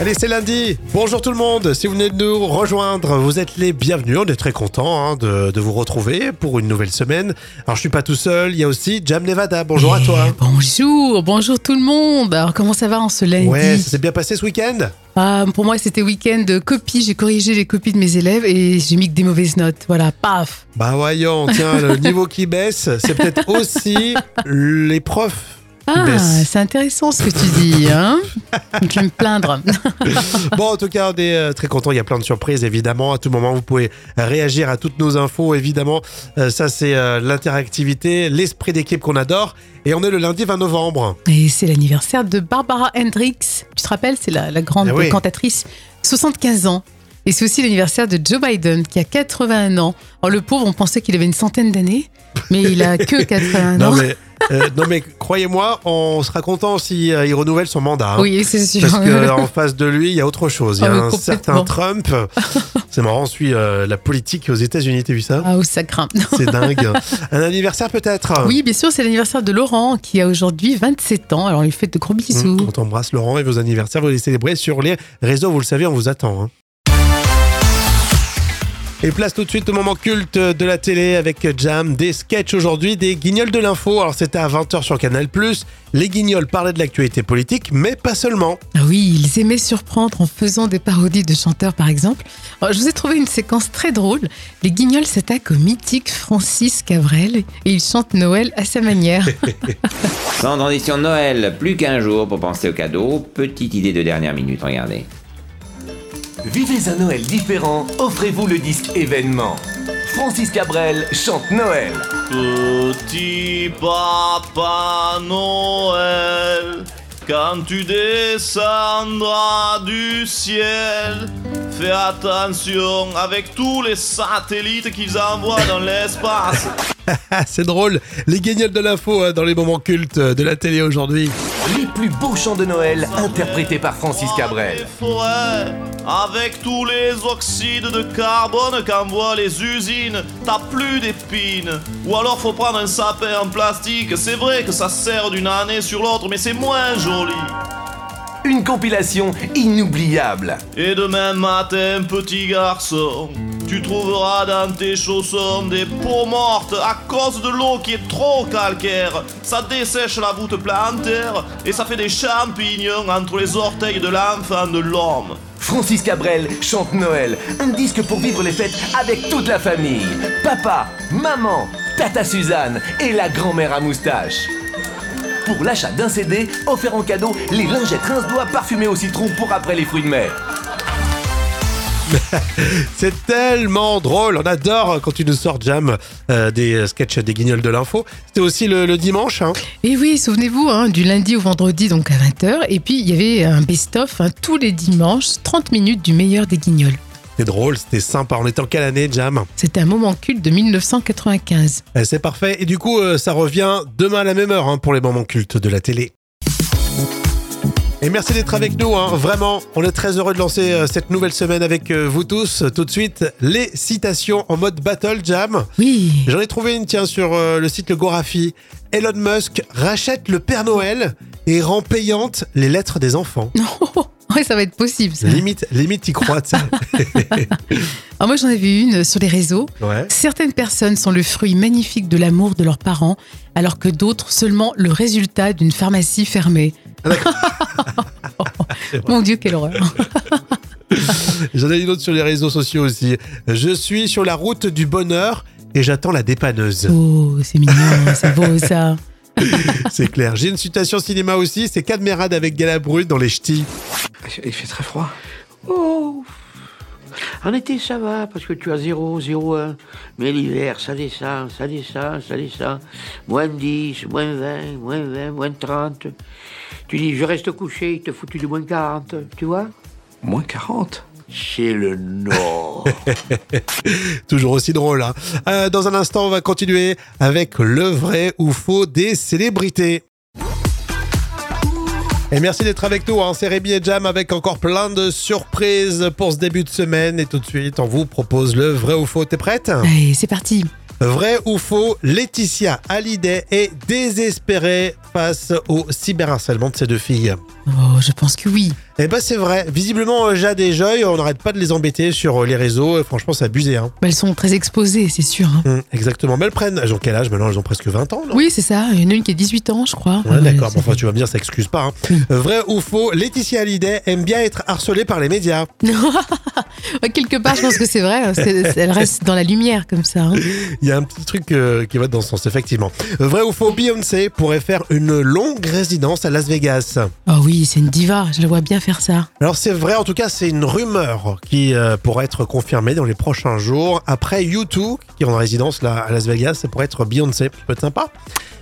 Allez, c'est lundi. Bonjour tout le monde. Si vous venez de nous rejoindre, vous êtes les bienvenus. On est très contents hein, de, de vous retrouver pour une nouvelle semaine. Alors, je suis pas tout seul. Il y a aussi Jam Nevada. Bonjour à Eh, toi. Bonjour, bonjour tout le monde. Alors comment ça va en ce lundi Ouais, ça s'est bien passé ce week-end Ah, Pour moi c'était week-end de copie, j'ai corrigé les copies de mes élèves et j'ai mis que des mauvaises notes. Voilà, paf. Bah voyons, tiens, le niveau qui baisse, c'est peut-être aussi les profs. Ah, baisse. c'est intéressant ce que tu dis. Hein je vais me plaindre. Bon, en tout cas, on est euh, très content. Il y a plein de surprises, évidemment. À tout moment, vous pouvez réagir à toutes nos infos, évidemment. Euh, ça, c'est euh, l'interactivité, l'esprit d'équipe qu'on adore. Et on est le lundi 20 novembre. Et c'est l'anniversaire de Barbara Hendricks. Tu te rappelles, c'est la, la grande Eh oui. cantatrice. 75 ans. Et c'est aussi l'anniversaire de Joe Biden qui a 81 ans. Alors le pauvre, on pensait qu'il avait une centaine d'années, mais il a que 81 Non, ans. mais, euh, non, mais croyez-moi, on sera content si euh, il renouvelle son mandat. hein. Oui, c'est sûr. Parce qu'en face de lui, il y a autre chose. Il y a Ah, mais un certain Trump. C'est marrant, on suit euh, la politique aux États-Unis, t'as vu ça Ah, où ça craint. C'est dingue. Un anniversaire peut-être Oui, bien sûr, c'est l'anniversaire de Laurent qui a aujourd'hui 27 ans. Alors, on lui fait de gros bisous. Mmh, On t'embrasse Laurent et vos anniversaires, vous les célébrez sur les réseaux, vous le savez, on vous attend. hein. Et place tout de suite au moment culte de la télé avec Jam, des sketchs aujourd'hui, des guignols de l'info. Alors c'était à 20h sur Canal+, les guignols parlaient de l'actualité politique, mais pas seulement. Ah Oui, ils aimaient surprendre en faisant des parodies de chanteurs, par exemple. Alors, je vous ai trouvé une séquence très drôle. Les guignols s'attaquent au mythique Francis Cabrel et ils chantent Noël à sa manière. Sans transition de Noël, plus qu'un jour pour penser au cadeau. Petite idée de dernière minute, regardez. Vivez un Noël différent, offrez-vous le disque événement. Francis Cabrel chante Noël. Petit papa Noël, quand tu descendras du ciel, fais attention avec tous les satellites qu'ils envoient dans l'espace. Ah, c'est drôle, les guignols de l'info hein, dans les moments cultes de la télé aujourd'hui. Les plus beaux chants de Noël interprétés par Francis Cabrel. Les forêts, avec tous les oxydes de carbone qu'envoient les usines, t'as plus d'épines. Ou alors faut prendre un sapin en plastique. C'est vrai que ça sert d'une année sur l'autre, mais c'est moins joli. Une compilation inoubliable. Et demain matin, petit garçon, tu trouveras dans tes chaussons des peaux mortes à cause de l'eau qui est trop calcaire. Ça dessèche la voûte plantaire et ça fait des champignons entre les orteils de l'enfant de l'homme. Francis Cabrel chante Noël. Un disque pour vivre les fêtes avec toute la famille. Papa, maman, tata Suzanne et la grand-mère à moustache. Pour l'achat d'un CD, offert en cadeau les lingettes rince-doigts parfumées au citron pour après les fruits de mer. C'est tellement drôle, on adore quand tu nous sors Jam euh, des sketchs des guignols de l'info. C'était aussi le, le dimanche. hein. Et oui, souvenez-vous, hein, du lundi au vendredi, donc à 20h. Et puis, il y avait un best-of hein, tous les dimanches, 30 minutes du meilleur des guignols. C'était drôle, c'était sympa. On était en quelle année Jam C'était un moment culte de 1995. Eh, C'est parfait. Et du coup, euh, ça revient demain à la même heure hein, pour les moments cultes de la télé. Et merci d'être avec nous, hein. vraiment. On est très heureux de lancer euh, cette nouvelle semaine avec euh, vous tous. Tout de suite, les citations en mode battle jam. Oui. J'en ai trouvé une, tiens, sur euh, le site Le Gorafi. Elon Musk rachète le Père Noël et rend payante les lettres des enfants. Ouais, ça va être possible. Ça. Limite, limite, y croit, ça. Alors moi, j'en ai vu une sur les réseaux. Ouais. Certaines personnes sont le fruit magnifique de l'amour de leurs parents, alors que d'autres seulement le résultat d'une pharmacie fermée. Ah, Mon Dieu, quelle horreur. J'en ai une autre sur les réseaux sociaux aussi. Je suis sur la route du bonheur et j'attends la dépanneuse. Oh, c'est mignon, c'est beau ça. C'est clair. J'ai une citation cinéma aussi, c'est Cadmerade avec Galabru dans les ch'tis. Il fait très froid. Oh En été, ça va, parce que tu as 0, 0, 1. Mais l'hiver, ça descend, ça descend, ça descend. Moins 10, moins 20, moins 20, moins 30. Tu dis, je reste couché, il te foutu du moins 40, tu vois Moins 40. C'est le Nord. Toujours aussi drôle. hein. Euh, dans un instant, on va continuer avec le vrai ou faux des célébrités. Et merci d'être avec nous, hein. c'est Rémi et Jam avec encore plein de surprises pour ce début de semaine. Et tout de suite, on vous propose le vrai ou faux. T'es prête Allez, c'est parti. Vrai ou faux, Laetitia Hallyday est désespérée face au cyberharcèlement de ces deux filles Oh, je pense que oui. Eh ben c'est vrai, visiblement euh, Jade et Joy, on n'arrête pas de les embêter sur euh, les réseaux, et franchement c'est abusé. Hein. Bah, elles sont très exposées, c'est sûr. hein. Hum, exactement, mais elles prennent, elles ont quel âge maintenant Elles ont presque 20 ans, non Oui, c'est ça. Il y en a une qui a 18 ans, je crois. Ouais, D'accord, Euh, bon, enfin tu vas me dire, ça excuse pas. hein. Euh, Vrai ou faux, Laetitia Hallyday aime bien être harcelée par les médias. Ouais, Quelque part, je pense que c'est vrai. hein. C'est- Elle reste dans la lumière comme ça. hein. Il y a un petit truc euh, qui va dans ce sens, effectivement. Euh, Vrai ou faux, Beyoncé pourrait faire une longue résidence à Las Vegas. Oh oui, c'est une diva. Je la vois bien faire ça. Alors c'est vrai, en tout cas c'est une rumeur qui euh, pourrait être confirmée dans les prochains jours. Après U2, qui est en résidence là, à Las Vegas, ça pourrait être Beyoncé, ça peut être sympa.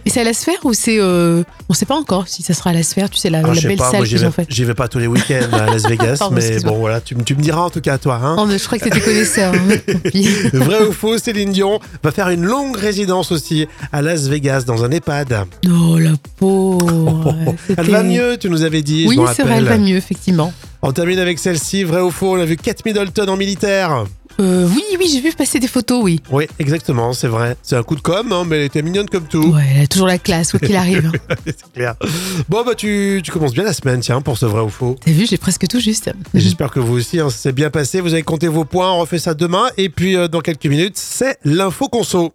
Et c'est à la sphère ou c'est. euh, On sait pas encore si ça sera à la sphère. Tu sais, la, Alors, Euh, la Ah, je sais belle pas, moi salle j'y qu'ils vais, ont faite. j'y vais pas tous les week-ends à Las Vegas, Pardon, mais excuse-moi. bon voilà, tu, me- tu me diras en tout cas toi. Hein. Oh, mais je crois que t'étais connaisseur. hein, mais tant pis. Vrai ou faux, Céline Dion va faire une longue résidence aussi à Las Vegas dans un EHPad. Oh la pauvre. Oh, elle va mieux, tu nous avais dit. je Oui, m'en c'est vrai, elle rappelle. va mieux, effectivement. On termine avec celle-ci, vrai ou faux, on a vu Kate Middleton en militaire. Euh, oui, oui, j'ai vu passer des photos, oui. Oui, exactement, c'est vrai. C'est un coup de com, hein, mais elle était mignonne comme tout. Ouais, elle a toujours la classe, quoi qu'il arrive. hein. C'est clair. Bon, bah tu, tu commences bien la semaine, tiens, pour ce vrai ou faux. T'as vu, j'ai presque tout juste. Et J'espère que vous aussi, hein, ça s'est bien passé. Vous avez compté vos points, on refait ça demain. Et puis, euh, dans quelques minutes, c'est l'info conso.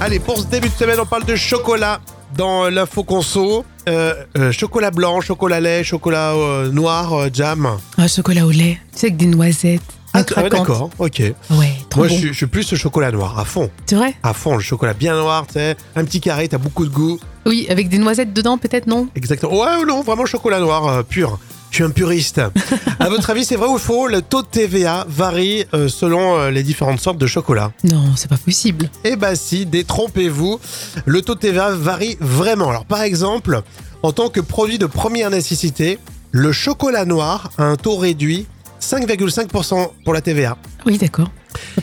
Allez, pour ce début de semaine, on parle de chocolat dans euh, l'info conso. Euh, euh, chocolat blanc, chocolat lait, chocolat euh, noir, euh, jam. Un chocolat au lait, tu sais, avec des noisettes. Ah, bien ah ouais, croquantes. d'accord, ok. Ouais, trop Moi, je bon. suis- je suis plus le chocolat noir, à fond. C'est vrai À fond, le chocolat bien noir, tu sais. Un petit carré, t'as beaucoup de goût. Oui, avec des noisettes dedans, peut-être, non Exactement. Ouais ou non, vraiment chocolat noir euh, pur. Je suis un puriste. à votre avis, c'est vrai ou faux Le taux de TVA varie euh, selon euh, les différentes sortes de chocolat. Non, c'est pas possible. Eh bah si, détrompez-vous. Le taux de TVA varie vraiment. Alors par exemple, en tant que produit de première nécessité, le chocolat noir a un taux réduit 5,5% pour la TVA. Oui, d'accord.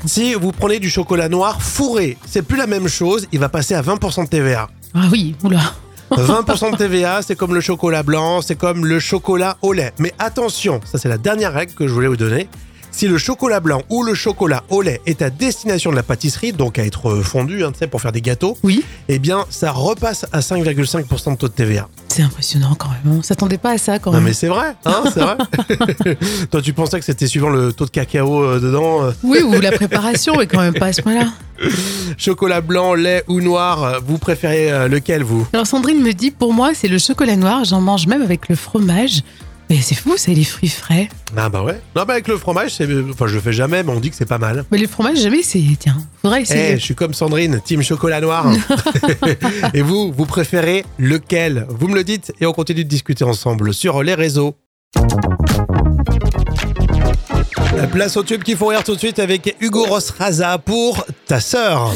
Si vous prenez du chocolat noir fourré, c'est plus la même chose, il va passer à 20% de TVA. Ah oui, oula. 20% de TVA, c'est comme le chocolat blanc, c'est comme le chocolat au lait. Mais attention, ça c'est la dernière règle que je voulais vous donner. Si le chocolat blanc ou le chocolat au lait est à destination de la pâtisserie, donc à être fondu hein, tu sais, pour faire des gâteaux, Oui, eh bien ça repasse à 5,5% de taux de TVA. c'est impressionnant quand même. hein. On s'attendait pas à ça quand Non même. mais c'est vrai, hein, c'est vrai. Toi tu pensais que c'était suivant le taux de cacao euh, dedans euh, Oui, ou la préparation est quand même pas à ce point-là. Chocolat blanc, lait ou noir, euh, vous préférez euh, lequel vous Alors Sandrine me dit, pour moi, c'est le chocolat noir, j'en mange même avec le fromage. Mais c'est fou, c'est les fruits frais. Ah bah ouais. Non bah avec le fromage, c'est... Enfin je le fais jamais, mais on dit que c'est pas mal. Mais les fromages, j'ai jamais essayé, tiens. Faudrait Eh, essayer. je suis comme Sandrine, team chocolat noir. et vous, vous préférez lequel Vous me le dites et on continue de discuter ensemble sur les réseaux. La place au tube qui font rire tout de suite avec Hugo Rosraza pour ta sœur.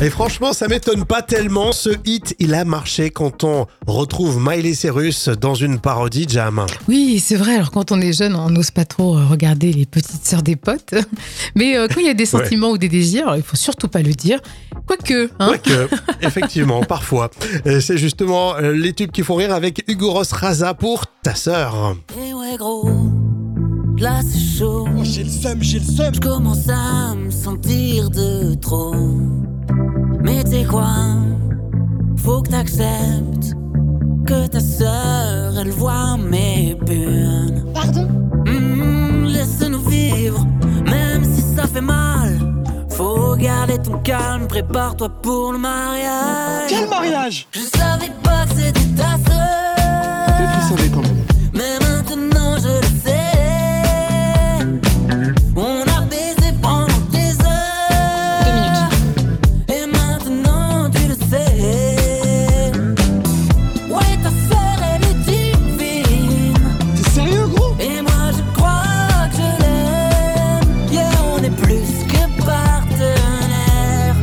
Et franchement, ça m'étonne pas tellement. Ce hit, il a marché quand on retrouve Miley Cyrus dans une parodie Jam. Oui, c'est vrai. Alors quand on est jeune, on n'ose pas trop euh, regarder les petites sœurs des potes. Mais euh, quand il y a des sentiments ou des désirs, il faut surtout pas le dire. Quoique, hein. Quoique, effectivement, parfois. Euh, C'est justement euh, les tubes qui font rire avec Hugo Ross Raza pour ta sœur. Et Eh ouais gros, là c'est chaud. Oh, j'ai le seum, j'ai le seum. Je commence à me sentir de trop. Mais t'es quoi Faut que t'acceptes que ta sœur, elle voit mes burnes. Pardon Laisse-nous vivre, même si ça fait mal. Faut garder ton calme, prépare-toi pour le mariage. Quel mariage Je savais pas que c'était ta sœur. Mais maintenant je le sais. On a baisé pendant des heures. Et maintenant tu le sais. Ouais, ta sœur, elle est divine. Et moi je crois que je l'aime. Yeah, on est plus que partenaires.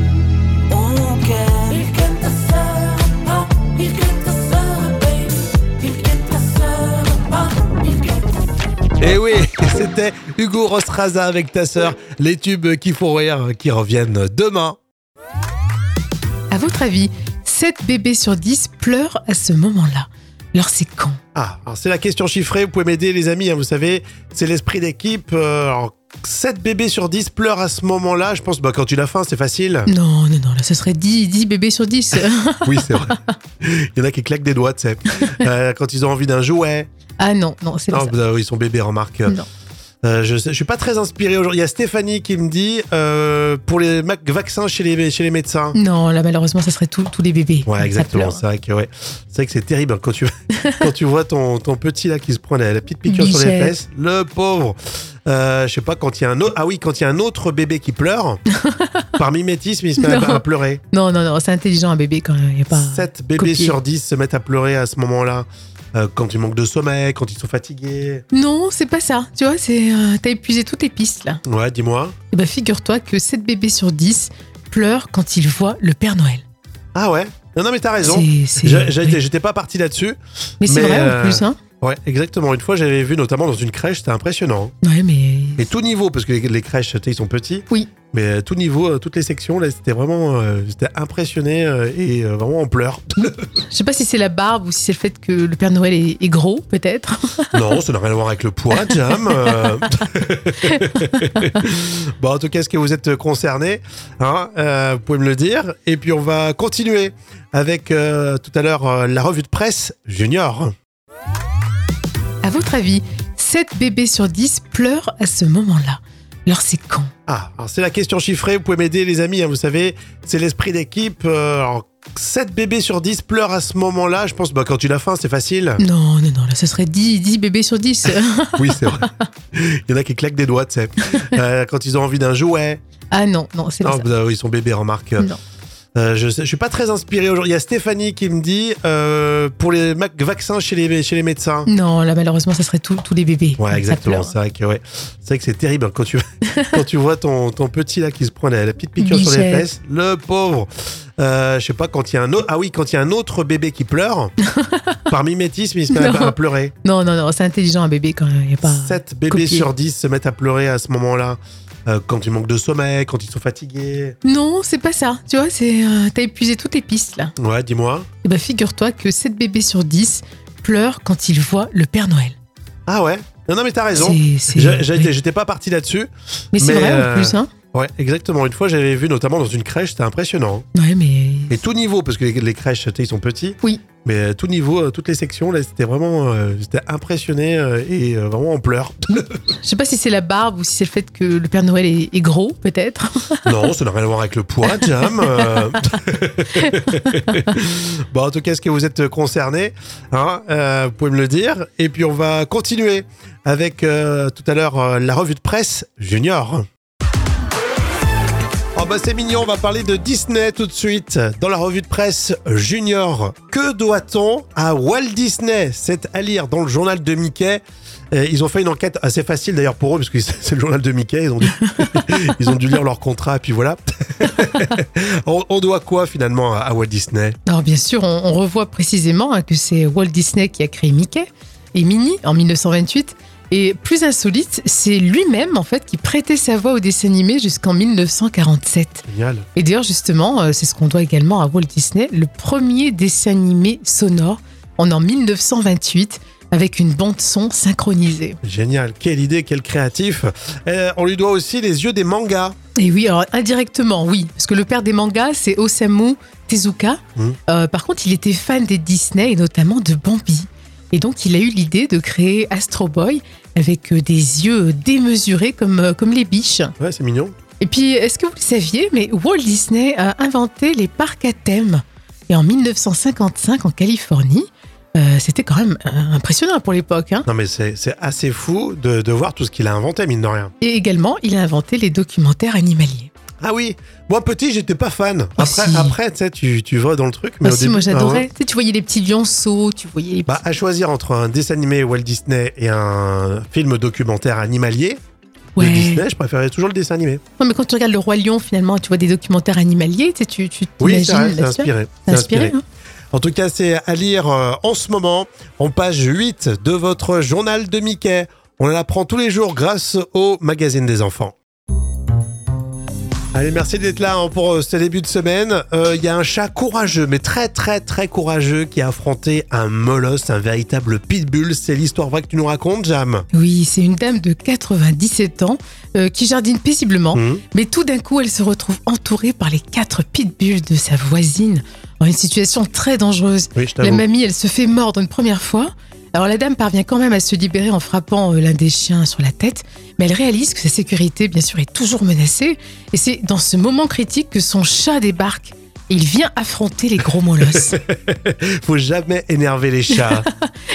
On kiffe. Il kiffe ta sœur. Ah, il kiffe ta sœur, baby. Il kiffe ta sœur. Ah, il kiffe ta sœur. Et Eh oui, c'était Hugo Ross Raza avec ta sœur. Les tubes qui font rire qui reviennent demain. À votre avis, 7 bébés sur 10 pleurent à ce moment-là. Alors c'est quand Ah, alors c'est la question chiffrée, vous pouvez m'aider les amis, hein, vous savez, c'est l'esprit d'équipe. euh, alors, 7 bébés sur 10 pleurent à ce moment-là, je pense, bah, quand tu as faim, c'est facile. Non, non, non, là ce serait 10, 10 bébés sur 10. Oui, c'est vrai. Il y en a qui claquent des doigts, tu sais. Euh, quand ils ont envie d'un jouet. ah non, non, c'est pas Non, ça. bah, ils sont bébés, remarque. Non. Euh, je, sais- je suis pas très inspiré aujourd'hui. Il y a Stéphanie qui me dit euh, pour les mac- vaccins chez les, chez les médecins. Non, là malheureusement ça serait tout- tous les bébés. Ouais, Ça exactement. pleure. C'est vrai que ouais. c'est vrai que c'est terrible hein, quand tu quand tu vois ton, ton petit là qui se prend la, la petite piqûre sur les Bichette. fesses. Le pauvre. Euh, je sais pas quand il y a un autre. Ah oui, quand il y a un autre bébé qui pleure par mimétisme, il se met à- Non. à pleurer. Non, non, non, c'est intelligent un bébé quand il n'y a pas... 7 bébés copier. sur 10 se mettent à pleurer à ce moment-là. Euh, quand ils manquent de sommeil, quand ils sont fatigués. Non, c'est pas ça. Tu vois, c'est euh, t'as épuisé toutes les pistes là. Ouais, dis-moi. Eh ben figure-toi que 7 bébés sur 10 pleurent quand ils voient le Père Noël. Ah ouais. Non, non, mais t'as raison. C'est- c'est- J'ai- j'ai- oui. J'étais pas parti là-dessus. Mais c'est Mais, vrai euh, en plus, hein Ouais, exactement. Une fois, j'avais vu notamment dans une crèche, c'était impressionnant. Ouais, mais... Et tout niveau, parce que les, les crèches, tu sais, ils sont petits. Oui. Mais euh, tout niveau, euh, toutes les sections, là, c'était vraiment, euh, j'étais impressionné euh, et euh, vraiment en pleurs. Je sais pas si c'est la barbe ou si c'est le fait que le Père Noël est, est gros, peut-être. non, ça n'a rien à voir avec le poids, Jam. euh. bon, en tout cas, est-ce que vous êtes concernés hein, euh, Vous pouvez me le dire. Et puis, on va continuer avec euh, tout à l'heure euh, la revue de presse junior. À votre avis, 7 bébés sur 10 pleurent à ce moment-là. Alors c'est quand Ah, alors c'est la question chiffrée, vous pouvez m'aider les amis, hein, vous savez, c'est l'esprit d'équipe. euh, alors, 7 bébés sur 10 pleurent à ce moment-là, je pense, bah, quand tu as faim, c'est facile. Non, non, non, là ce serait 10, 10 bébés sur 10. Oui, c'est vrai. Il y en a qui claquent des doigts, tu sais. Euh, quand ils ont envie d'un jouet. ah non, non, c'est pas Non, ça. bah, ils sont bébés, remarque. Non. Euh, je, sais- je suis pas très inspiré aujourd'hui. Il y a Stéphanie qui me dit euh, pour les mac- vaccins chez les, chez les médecins. Non, là malheureusement ça serait tout- tous les bébés. Ouais, Mm. Ça exactement. pleure. C'est vrai que, ouais. c'est, vrai que c'est terrible hein, quand tu, quand tu vois ton, ton petit là qui se prend la, la petite piqûre sur les Bichette. fesses. Le pauvre. Euh, je sais pas, quand il y a un autre. Ah oui, quand il y a un autre bébé qui pleure, par mimétisme, il se met à- Non. à pleurer. Non, non, non, c'est intelligent un bébé quand il n'y a pas... 7 bébés copier. sur 10 se mettent à pleurer à ce moment-là. Euh, quand ils manquent de sommeil, quand ils sont fatigués. Non, c'est pas ça. Tu vois, c'est euh, t'as épuisé toutes les pistes là. Ouais, dis-moi. Eh ben figure-toi que 7 bébés sur 10 pleurent quand ils voient le Père Noël. Ah ouais Non, non, mais t'as raison. C'est- c'est- J'ai- j'ai- oui. J'étais pas parti là-dessus. Mais c'est mais, vrai euh, en plus, hein Ouais, exactement. Une fois, j'avais vu notamment dans une crèche, c'était impressionnant. Ouais, mais... Et tout niveau, parce que les, les crèches, tu sais, ils sont petits. Oui. Mais euh, tout niveau, euh, toutes les sections, là, c'était vraiment. euh, j'étais impressionné euh, et euh, vraiment en pleurs. Je sais pas si c'est la barbe ou si c'est le fait que le Père Noël est, est gros, peut-être. non, ça n'a rien à voir avec le poids, Jam. euh. bon, en tout cas, est-ce que vous êtes concernés hein, euh, Vous pouvez me le dire. Et puis, on va continuer avec euh, tout à l'heure euh, la revue de presse Junior. Oh bah c'est mignon, on va parler de Disney tout de suite. Dans la revue de presse Junior, que doit-on à Walt Disney C'est à lire dans le journal de Mickey. Euh, Ils ont fait une enquête assez facile d'ailleurs pour eux, parce que c'est le journal de Mickey, ils ont dû, ils ont dû lire leur contrat, et puis voilà. on, on doit quoi finalement à- à Walt Disney Alors bien sûr, on, on revoit précisément hein, que c'est Walt Disney qui a créé Mickey et Minnie en 1928. Et plus insolite, c'est lui-même en fait qui prêtait sa voix au dessin animé jusqu'en 1947. Génial. Et d'ailleurs justement, euh, c'est ce qu'on doit également à Walt Disney, le premier dessin animé sonore on est en 1928 avec une bande son synchronisée. Génial, quelle idée, quel créatif. Euh, on lui doit aussi les yeux des mangas. Et oui, alors indirectement, oui, parce que le père des mangas, c'est Osamu Tezuka. Mhm. Euh, par contre, il était fan des Disney et notamment de Bambi. Et donc, il a eu l'idée de créer Astro Boy avec euh, des yeux démesurés comme, euh, comme les biches. Ouais, c'est mignon. Et puis, est-ce que vous le saviez, mais Walt Disney a inventé les parcs à thème. Et en 1955, en Californie, euh, c'était quand même euh, impressionnant pour l'époque. hein. Non mais c'est c'est assez fou de, de voir tout ce qu'il a inventé, mine de rien. Et également, il a inventé les documentaires animaliers. Ah oui, moi petit, j'étais pas fan. Après, si. après tu sais, tu tu vas dans le truc. Mais Moi au aussi, début, moi ah j'adorais. ouais. Tu, sais, tu voyais les petits lionceaux, tu voyais les Bah, à choisir entre un dessin animé Walt Disney et un film documentaire animalier petits... Ouais. de Disney, je préférais toujours le dessin animé. Ouais, mais quand tu regardes le roi lion, finalement, tu vois des documentaires animaliers, tu sais, tu tu Oui, c'est t'imagines vrai, c'est là-dessus. inspiré. C'est inspiré, hein. En tout cas, c'est à lire euh, en ce moment, en page 8 de votre journal de Mickey. On l'apprend tous les jours grâce au magazine des enfants. Allez, merci d'être là hein, pour euh, ce début de semaine. Euh, Il y a un chat courageux, mais très très très courageux, qui a affronté un molosse, un véritable pitbull. C'est l'histoire vraie que tu nous racontes, Jam. Oui, c'est une dame de 97 ans euh, qui jardine paisiblement, Mhm. mais tout d'un coup, elle se retrouve entourée par les quatre pitbulls de sa voisine, dans une situation très dangereuse. Oui, je La t'avoue. mamie, elle se fait mordre une première fois. Alors la dame parvient quand même à se libérer en frappant euh, l'un des chiens sur la tête, mais elle réalise que sa sécurité, bien sûr, est toujours menacée. Et c'est dans ce moment critique que son chat débarque. Il vient affronter les gros molosses. Faut jamais énerver les chats.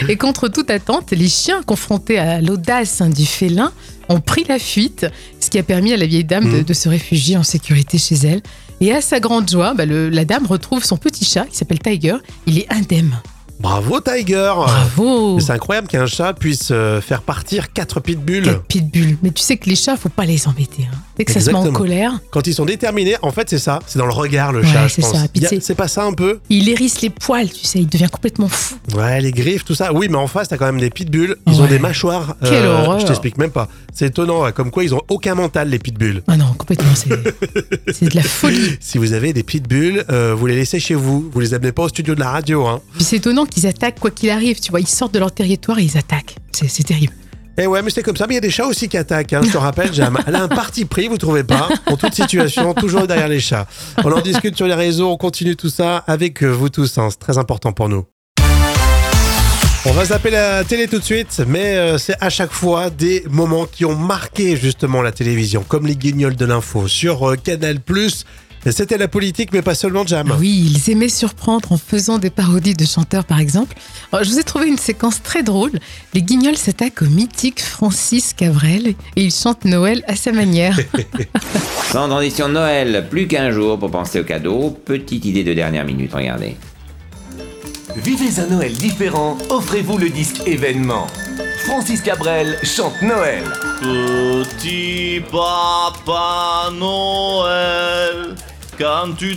Et contre toute attente, les chiens, confrontés à l'audace hein, du félin, ont pris la fuite, ce qui a permis à la vieille dame de, Mhm. de se réfugier en sécurité chez elle. Et à sa grande joie, bah, le- la dame retrouve son petit chat qui s'appelle Tiger. Il est indemne. Bravo, Tiger Bravo Mais C'est incroyable qu'un chat puisse euh, faire partir quatre pitbulls. Quatre pitbulls. Mais tu sais que les chats, faut pas les embêter. hein. Dès que ça se met en Exactement. colère, Quand ils sont déterminés, en fait, c'est ça. C'est dans le regard, le Ouais, chat, je c'est pense. ça. Puis Y a- c'est- C'est pas ça un peu il hérisse les poils, tu sais, il devient complètement fou. Ouais, les griffes, tout ça. Oui, mais en face, t'as quand même des pitbulls. Ils ont Ouais. des mâchoires. euh, Quelle horreur. Je t'explique même pas. C'est étonnant, ouais, comme quoi ils ont aucun mental, les pitbulls. Ah non, complètement, c'est c'est de la folie. Si vous avez des pitbulls, euh, vous les laissez chez vous. Vous les amenez pas au studio de la radio. Hein. Puis c'est étonnant qu'ils attaquent quoi qu'il arrive, tu vois, ils sortent de leur territoire et ils attaquent. C'est c'est terrible. Et Eh ouais, mais c'est comme ça. Mais il y a des chats aussi qui attaquent. hein. Je te rappelle, Jam. Elle a un parti pris, vous trouvez pas En toute situation, toujours derrière les chats. On en discute sur les réseaux. On continue tout ça avec euh, vous tous. hein. C'est très important pour nous. On va zapper la télé tout de suite, mais euh, c'est à chaque fois des moments qui ont marqué justement la télévision, comme les guignols de l'info sur euh, Canal+. Et C'était la politique, mais pas seulement Jam. Oui, ils aimaient surprendre en faisant des parodies de chanteurs, par exemple. Alors, je vous ai trouvé une séquence très drôle. Les guignols s'attaquent au mythique Francis Cabrel et il chante Noël à sa manière. Sans transition de Noël, plus qu'un jour pour penser au cadeau. Petite idée de dernière minute, regardez. Vivez un Noël différent, offrez-vous le disque événement. Francis Cabrel chante Noël. Petit papa Noël, quand tu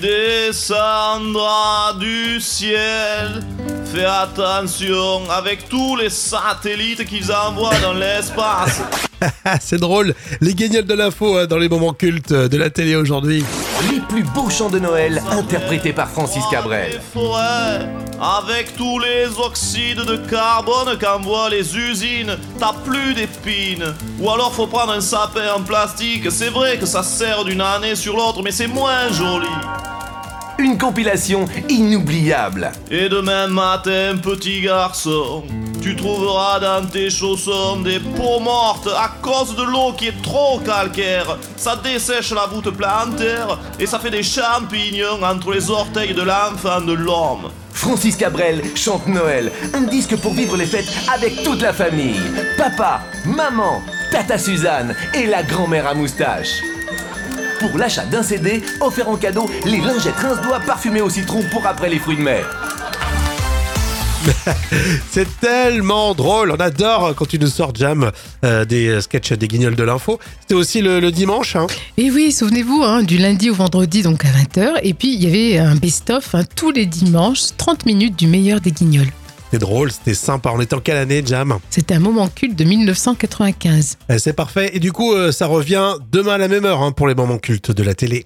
descendras du ciel, fais attention avec tous les satellites qu'ils envoient dans l'espace. Ah, c'est drôle, les guignols de l'info hein, dans les moments cultes euh, de la télé aujourd'hui. Les plus beaux chants de Noël interprétés par Francis Cabrel. Les forêts, avec tous les oxydes de carbone qu'envoient les usines, t'as plus d'épines. Ou alors faut prendre un sapin en plastique. C'est vrai que ça sert d'une année sur l'autre, mais c'est moins joli. Une compilation inoubliable. Et demain matin, petit garçon, tu trouveras dans tes chaussons des peaux mortes à cause de l'eau qui est trop calcaire. Ça dessèche la voûte plantaire et ça fait des champignons entre les orteils de l'enfant de l'homme. Francis Cabrel chante Noël, un disque pour vivre les fêtes avec toute la famille. Papa, maman, tata Suzanne et la grand-mère à moustache. Pour l'achat d'un CD, offert en cadeau les lingettes rince-doigts parfumées au citron pour après les fruits de mer. C'est tellement drôle, on adore quand tu nous sors Jam euh, des euh, sketchs des guignols de l'info. C'était aussi le, le dimanche, hein. Et oui, souvenez-vous, hein, du lundi au vendredi, donc à 20h. Et puis, il y avait un best-of hein, tous les dimanches, 30 minutes du meilleur des guignols. c'était drôle, c'était sympa. On était en quelle année Jam C'était un moment culte de 1995. Eh, C'est parfait. Et du coup, euh, ça revient demain à la même heure hein, pour les moments cultes de la télé.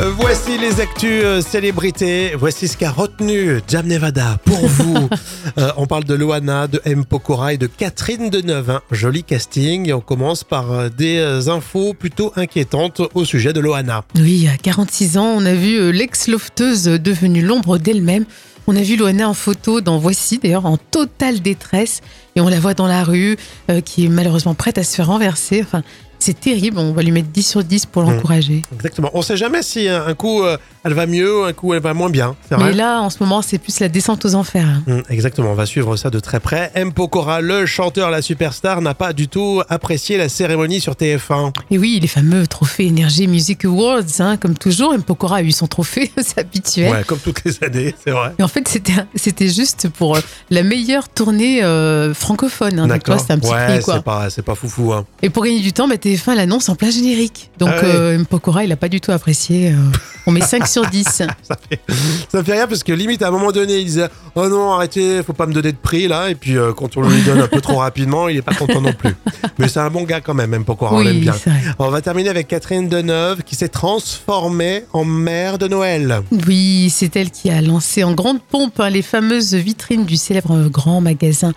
Euh, Voici les actus euh, célébrités, voici ce qu'a retenu Jam Nevada pour vous. Euh, on parle de Loana, de M. Pokora et de Catherine Deneuve. Un joli casting et on commence par euh, des euh, infos plutôt inquiétantes au sujet de Loana. Oui, à 46 ans, on a vu euh, l'ex-lofteuse euh, devenue l'ombre d'elle-même. On a vu Loana en photo dans Voici, d'ailleurs, en totale détresse. Et on la voit dans la rue, euh, qui est malheureusement prête à se faire renverser. Enfin, c'est terrible. On va lui mettre 10 sur 10 Mmh. pour l'encourager. Exactement. On sait jamais si euh, un coup euh, elle va mieux, un coup elle va moins bien. C'est vrai. Mais là, en ce moment, c'est plus la descente aux enfers. hein. Mm, Exactement, on va suivre ça de très près. M. Pokora, le chanteur, la superstar, n'a pas du tout apprécié la cérémonie sur TF1. Et oui, les fameux trophées Energy Music Awards, hein, comme toujours, M. Pokora a eu son trophée, c'est habituel. Ouais, comme toutes les années, c'est vrai. Et en fait, c'était c'était juste pour euh, la meilleure tournée euh, francophone. Hein, donc, tu vois, c'était un petit ouais, prix, quoi. c'est pas, c'est pas foufou. Hein. Et pour gagner du temps, bah, TF1 l'annonce en plein générique. Donc, Ah ouais. euh, M. Pokora, il n'a pas du tout apprécié. euh, on met 5 sur sur 10. Ça me fait rien parce que limite à un moment donné, il disait Oh non, arrêtez, faut pas me donner de prix là. Et puis euh, quand on lui donne un peu trop rapidement, il est pas content non plus. Mais c'est un bon gars quand même, même pourquoi on l'aime oui, bien. c'est vrai. On va terminer avec Catherine Deneuve qui s'est transformée en mère de Noël. Oui, c'est elle qui a lancé en grande pompe hein, les fameuses vitrines du célèbre euh, grand magasin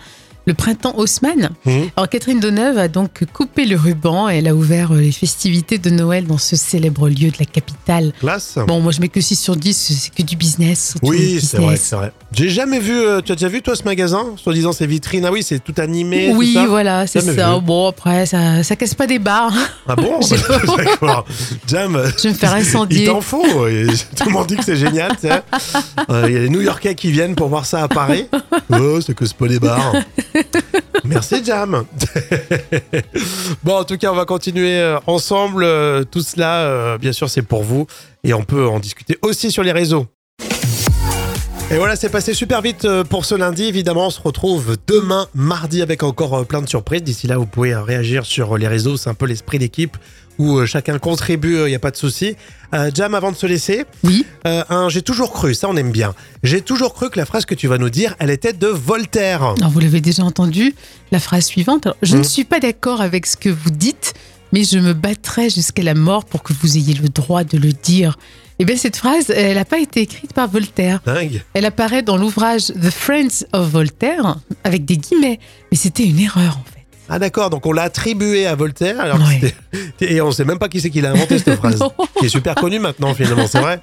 Le Printemps Haussmann. Mhm. Alors Catherine Deneuve a donc coupé le ruban et elle a ouvert euh, les festivités de Noël dans ce célèbre lieu de la capitale. Classe Bon, moi je mets que 6 sur 10, c'est que du business. surtout Oui, du c'est vrai, business. c'est vrai. J'ai jamais vu. euh, tu as déjà vu toi ce magasin, soi-disant ces vitrines Ah oui, c'est tout animé. tout Oui, ça voilà, c'est Jamais ça. vu. Bon, après, ça, ça casse pas des barres. Ah bon J'ai- D'accord. Jam. euh, Je vais me faire Il incendier. t'en faut. euh, Tout le monde dit que c'est génial. tu sais. Euh, Il y a les New Yorkais qui viennent pour voir ça à Paris. Oh, c'est que ce pas les bars. Merci, Jam. bon, en tout cas, on va continuer euh, ensemble. Euh, Tout cela, euh, bien sûr, c'est pour vous. Et on peut en discuter aussi sur les réseaux. Et voilà, c'est passé super vite euh, pour ce lundi. Évidemment, on se retrouve demain, mardi, avec encore euh, plein de surprises. D'ici là, vous pouvez euh, réagir sur euh, les réseaux. C'est un peu l'esprit d'équipe où euh, chacun contribue, il n'y a pas de souci. Euh, Jam, avant de se laisser, Oui. euh, un j'ai toujours cru, ça on aime bien. J'ai toujours cru que la phrase que tu vas nous dire, elle était de Voltaire. Alors, vous l'avez déjà entendu, la phrase suivante. Alors, je Mhm. ne suis pas d'accord avec ce que vous dites, mais je me battrai jusqu'à la mort pour que vous ayez le droit de le dire. Eh bien, cette phrase, elle n'a pas été écrite par Voltaire. Dingue. Elle apparaît dans l'ouvrage The Friends of Voltaire, avec des guillemets. Mais c'était une erreur, en fait. Ah d'accord, donc on l'a attribué à Voltaire alors que Ouais. c'était- et on sait même pas qui c'est qui l'a inventé cette phrase, Non. qui est super connue maintenant finalement, c'est vrai.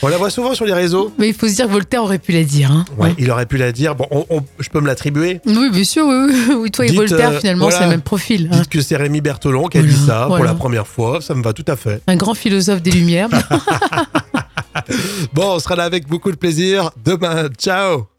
On la voit souvent sur les réseaux. Mais il faut se dire que Voltaire aurait pu la dire. hein. Ouais, il aurait pu la dire. Bon, on- on- je peux me l'attribuer. Oui, bien sûr, oui, oui. oui. Toi Dites, et Voltaire, euh, finalement, voilà. c'est le même profil. hein. Dites que c'est Rémi Berthelon qui a Voilà, dit ça pour voilà. la première fois, ça me va tout à fait. Un grand philosophe des Lumières. Bon, on sera là avec beaucoup de plaisir demain. Ciao.